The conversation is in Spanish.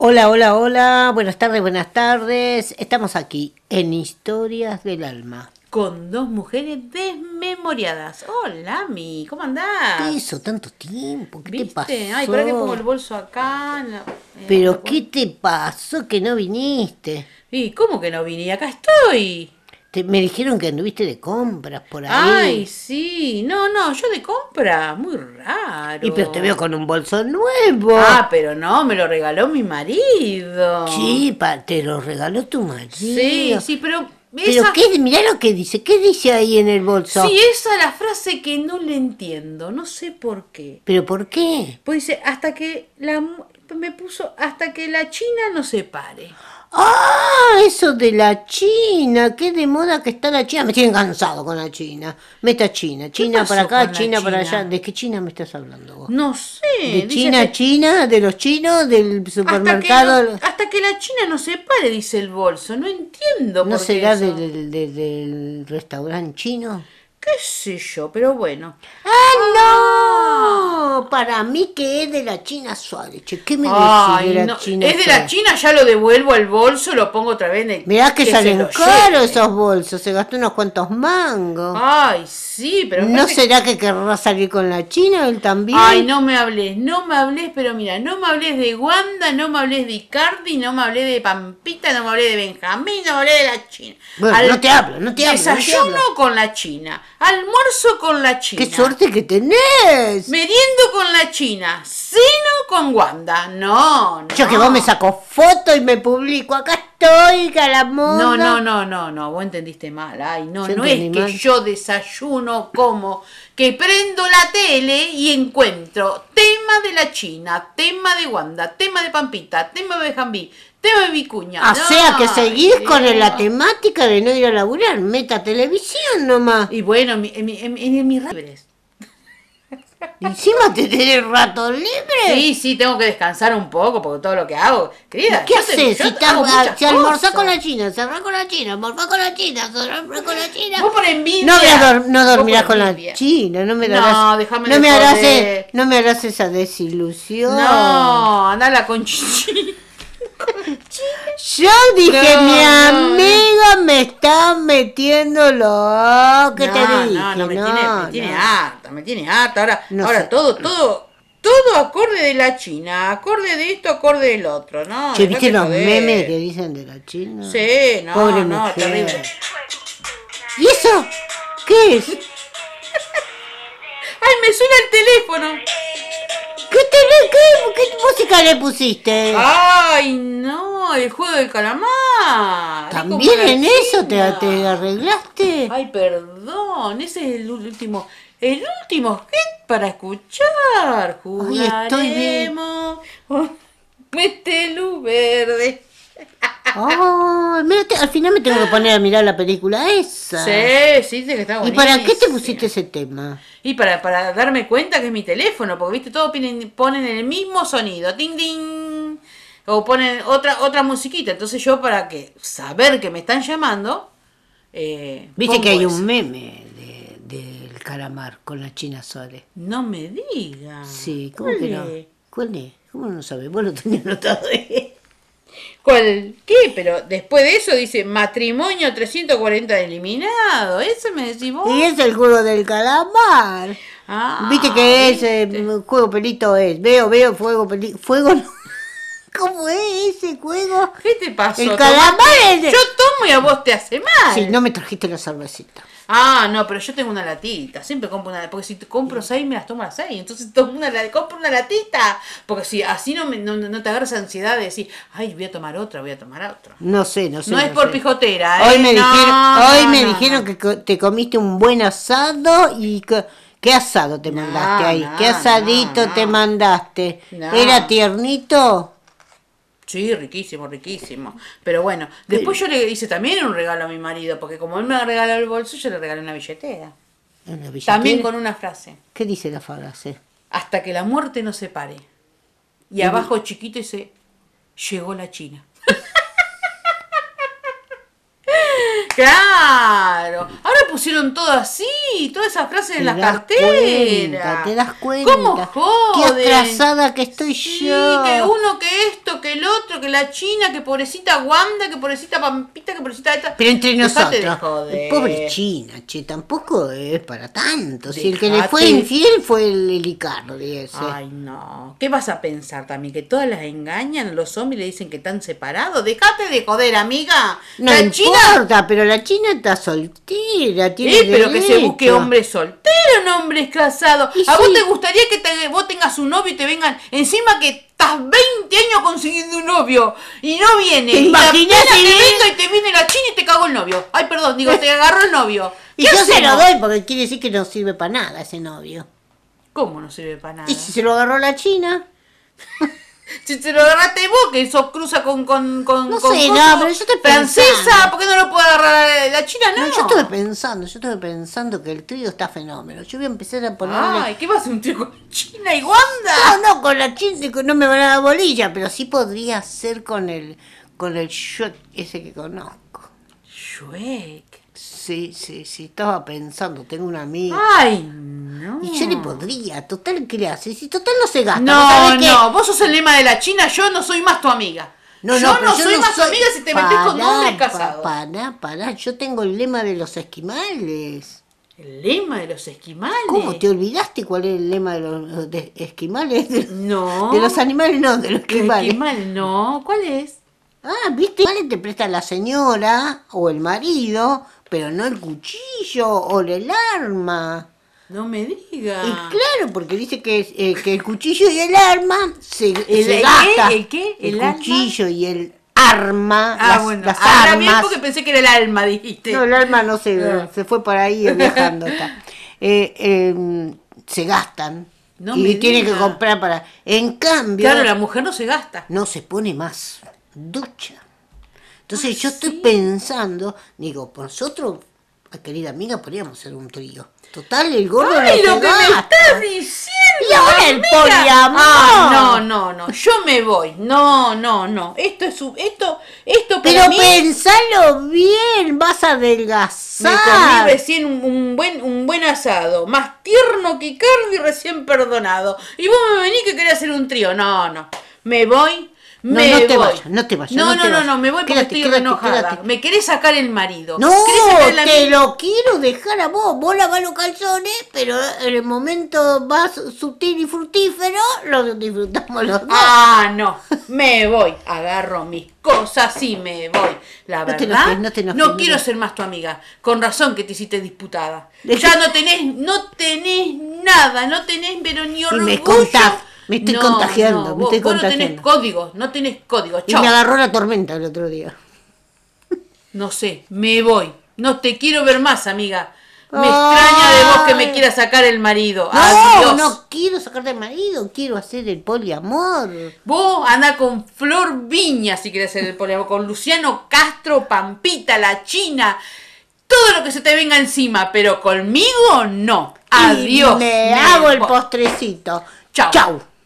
Hola, hola, hola, buenas tardes, buenas tardes. Estamos aquí en Historias del Alma. con dos mujeres desmemoriadas. Hola, mi, ¿cómo andás? ¿Qué hizo tanto tiempo? ¿Qué te pasó? Ah. ¿Viste? Ay, para que pongo el eh, bolso acá. en la- en la- ¿Pero qué te pasó que no viniste? ¿Y cómo que no vine? Y acá estoy. Te- me dijeron que anduviste de compras por Ay, ahí. sí. No, no, yo de compra. Muy raro. y pero te veo con un bolso nuevo. Ah, pero no, me lo regaló mi marido. Sí, pa- te lo regaló tu marido. Sí, sí, pero. Pero esa- qué, mirá lo que dice. ¿Qué dice ahí en el bolso? Sí, esa es la frase que no le entiendo. No sé por qué. ¿Pero por qué? Pues dice, hasta que la. mu- Me puso, hasta que la China no se pare. Ah, eso de la China, qué de moda que está la China. Me tienen cansado con la China. Meta China, China pasó para acá, con la China para China? allá. ¿De qué China me estás hablando vos? No sé. ¿De dice China, que- China? ¿De los chinos? ¿Del hasta que, no- supermercado? ¿No, hasta que la China no se pare, dice el bolso. No entiendo. por qué será eso. del, del- del restaurante chino? ¿Qué sé yo? Pero bueno. ¡Ah, no! Para mí que es de la China Suárez. che. ¿Qué me decís Ay, de la no, China Es de la Suárez? China, ya lo devuelvo al bolso, lo pongo otra vez en el. Mirá que, se salen lo caros lleve. esos bolsos. Se gastó unos cuantos mangos. Ay, sí, pero. ¿No parece- será que querrá salir con la China él también? Ay, no me hables, no me hables, pero mira, no me hables de Wanda, no me hables de Icardi, no me hables de Pampita, no me hables de Benjamín, no me hables de la China. Bueno, no te hablo, no te hablo, no te Desayuno hablo. con la China, almuerzo con la China. ¡Qué suerte que tenés! Meriendo con la China, sino con Wanda. No, no. Yo que vos me saco foto y me publico. Acá estoy, calamoda. No, no, no, no, no, vos entendiste mal. Ay, no, Yo no es entendí que mal. yo desayuno como que prendo la tele y encuentro tema de la China, tema de Wanda, tema de Pampita, tema de Benjamín, tema de Vicuña. O Ah, sea que seguís Ay, con la Dios. temática de no ir a laburar. Meta televisión nomás. Y bueno, en, mi- en, mi- en, en mis libres. Encima te tenés rato libre. Sí, sí, tengo que descansar un poco porque todo lo que hago, querida. ¿Qué yo te- haces? yo Si, hago estás- muchas si almorzás cosas. con la China, cerrás con la China, almorzás con la China, cerrás con la China. Vos por envidia. No, me ador- no Vos por dormirás con la envidia. China, no me No, darás. déjame no de me harás, joder. e- no me harás esa desilusión. No, anda la conchichi. Yo dije, No, mi no, amiga me está metiendo lo que no, te dije. No, no, me tiene, me tiene no. harta, me tiene harta. Ahora, No ahora sé. todo, todo, todo acorde de la China, acorde de esto, acorde del otro, ¿no? Che, dejate ¿viste los joder. memes que dicen de la China? Sí, no, Pobre no, mujer. terrible. ¿Y eso? ¿Qué es? Ay, me suena el teléfono. ¿Qué, tele- qué- qué música le pusiste? Ah, Ay, no, el juego del calamar. Es ¿También como la en eso te, China. te arreglaste? Ay, perdón, ese es el último, el último hit para escuchar. Ay, estoy bien. Jugaremos mete luz verde. Ay, mira, te- al final me tengo que poner a mirar la película esa. Sí, sí, dice que está ¿Y buenísimo. para qué te pusiste ese tema? Y para, para darme cuenta que es mi teléfono, porque viste, todos ponen, ponen el mismo sonido, ting ting, o ponen otra otra musiquita. Entonces yo para que saber que me están llamando, eh, Viste que pongo hay eso. un meme de- del calamar con la China Suárez. No me digas. Sí, ¿cómo que no? Ole. ¿Cuál es? ¿Cómo no sabes? Vos lo tenías anotado. ¿eh? ¿Cuál? ¿Qué? Pero después de eso dice matrimonio 340 eliminado. Eso me decís vos. Y es el juego del calamar. Ah, Viste que es ¿viste? eh, juego pelito es. Veo, veo, fuego, peli... fuego. no. ¿Cómo es ese juego? ¿Qué te pasó? El calamar Tomaste- es de- Yo tomo y a vos te hace mal. Si no me trajiste la cervecita. Ah, no, pero yo tengo una latita. Siempre compro una Porque si te compro seis, me las tomo las seis. Entonces tomo una, la- compro una latita. Porque si así no, me, no, no te agarras ansiedad de decir, ay, voy a tomar otra, voy a tomar otra. No sé, no sé. No es por sé. pijotera, ¿eh? Hoy me No, dijeron, no, hoy me no, dijeron no. que co- te comiste un buen asado y que- ¿Qué asado te mandaste ahí? no, ¿Qué no, asadito te no. mandaste? No. ¿Era tiernito? Sí, riquísimo, riquísimo. Pero bueno, después yo le hice también un regalo a mi marido, porque como él me regaló el bolso, yo le regalé una billetera. Una También billetera. con una frase. ¿Qué dice la frase? Hasta que la muerte no se pare. Y abajo chiquito dice, llegó la China. claro. Ahora pusieron todo así, todas esas frases en Te las das carteras. cuenta, te das cuenta. ¿Cómo joden? Qué atrasada que estoy Sí, yo. que uno, que esto, que el otro, que la China, que pobrecita Wanda, que pobrecita Pampita, que pobrecita esta. Pero entre Dejate de nosotros, joder. pobre China, che, tampoco es para tanto. Si el que le Dejate. fue infiel fue el Icardi ese. Ay, no. ¿Qué vas a pensar también? ¿Que todas las engañan? ¿Los hombres le dicen que están separados? Dejate de joder, amiga. no la China. importa, pero la China está soltera, tiene Sí, pero que se derecho. busque hombres solteros, no hombres casados. Y ¿A vos sí. te gustaría que te- vos tengas un novio y te vengan? Encima que estás 20 años consiguiendo un novio y no viene. ¿Te Y la imaginas pena si te viene? venga y te viene la China y te cagó el novio. Ay, perdón, digo, te agarró el novio. Y ¿Qué yo se lo hacemos? doy porque quiere decir que no sirve para nada ese novio. ¿Cómo no sirve para nada? ¿Y si se lo agarró la China? Si te lo agarraste vos, que sos cruza con. con, con No con sé, coso, no, pero yo estoy Francesa, pensando. ¿por qué no lo puede agarrar la china? No, No, yo estuve pensando, yo estuve pensando que el trío está fenómeno. Yo voy a empezar a ponerle... Ay, ¿qué vas a hacer un trío con China y Wanda? No, no, con la china no me van a dar bolilla, pero sí podría ser con el con el shot ese que conozco. Shrek. Sí, sí, sí, estaba pensando, tengo una amiga. Ay, no. Y yo le podría, total, ¿qué le hace? Si total no se gasta, ¿vos No, sabés qué? no, vos sos el lema de la China, yo no soy más tu amiga. No, yo no, no pero yo soy más tu amiga si te metes con Pará, hombres pa- casados. Pará, pará, yo tengo el lema de los esquimales. El lema de los esquimales. ¿Cómo? ¿Te olvidaste cuál es el lema de los de- esquimales? De, No. de los animales, no, de los esquimales. esquimales, no. ¿Cuál es? Ah, viste, vale te presta la señora o el marido, pero no el cuchillo o el arma. No me digas. Y claro, porque dice que, es, eh, que el cuchillo y el arma se, ¿El- se el gasta. qué? ¿El qué? El, ¿El arma? cuchillo y el arma, Ah, las, bueno, las ahora bien armas. porque pensé que era el alma, dijiste. No, el arma no se, Ah. se fue por ahí viajando. está. Eh, eh, se gastan. No me y tiene que digas. comprar para... En cambio... Claro, la mujer no se gasta. no se pone más ducha. Entonces Ah, yo estoy ¿sí? pensando, digo, por nosotros, querida amiga, podríamos ser un trío. Total, el gordo ¡Ay, no lo se que me gasta. estás diciendo! Y ahora el amiga. poliamor. Ay, no, no, no. Yo me voy. No, no, no. Esto es un- esto, esto para Pero mí. pensalo bien, vas a Me comí adelgazar. recién un, un buen, un buen asado, más tierno que carne y recién perdonado. Y vos me venís que querés hacer un trío. No, no. Me voy. No, Me no te voy. vayas, no te vayas, No, no no, te no, vayas. no, me voy porque Quédate, estoy quédate, enojada. quédate. Me querés sacar el marido. No, Querés sacar el te amigo. lo quiero dejar a vos. Vos lavás los calzones, pero en el momento más sutil y fructífero lo disfrutamos los dos. Ah, no, me voy, agarro mis cosas y me voy. La No te verdad, enojes, no te enojes, no mira. quiero ser más tu amiga. Con razón que te hiciste disputada. Dejé- Ya no tenés, no tenés nada, no tenés pero ni orgullo. me contag- me estoy contagiando, me vos, estoy vos no tenés contagiando. código, no tenés código. y Chau. me agarró la tormenta el otro día. No sé, me voy. No te quiero ver más, amiga. Me Ay. extraña de vos que me quiera sacar el marido. Ah. No, Ah, Adiós. no quiero sacar de marido, quiero hacer el poliamor. Vos andá con Flor Viña, si querés ser el poliamor, con Luciano Castro, Pampita, la China, todo lo que se te venga encima, pero conmigo no. Y Adiós. me me hago el voy. postrecito. Chau. Chau.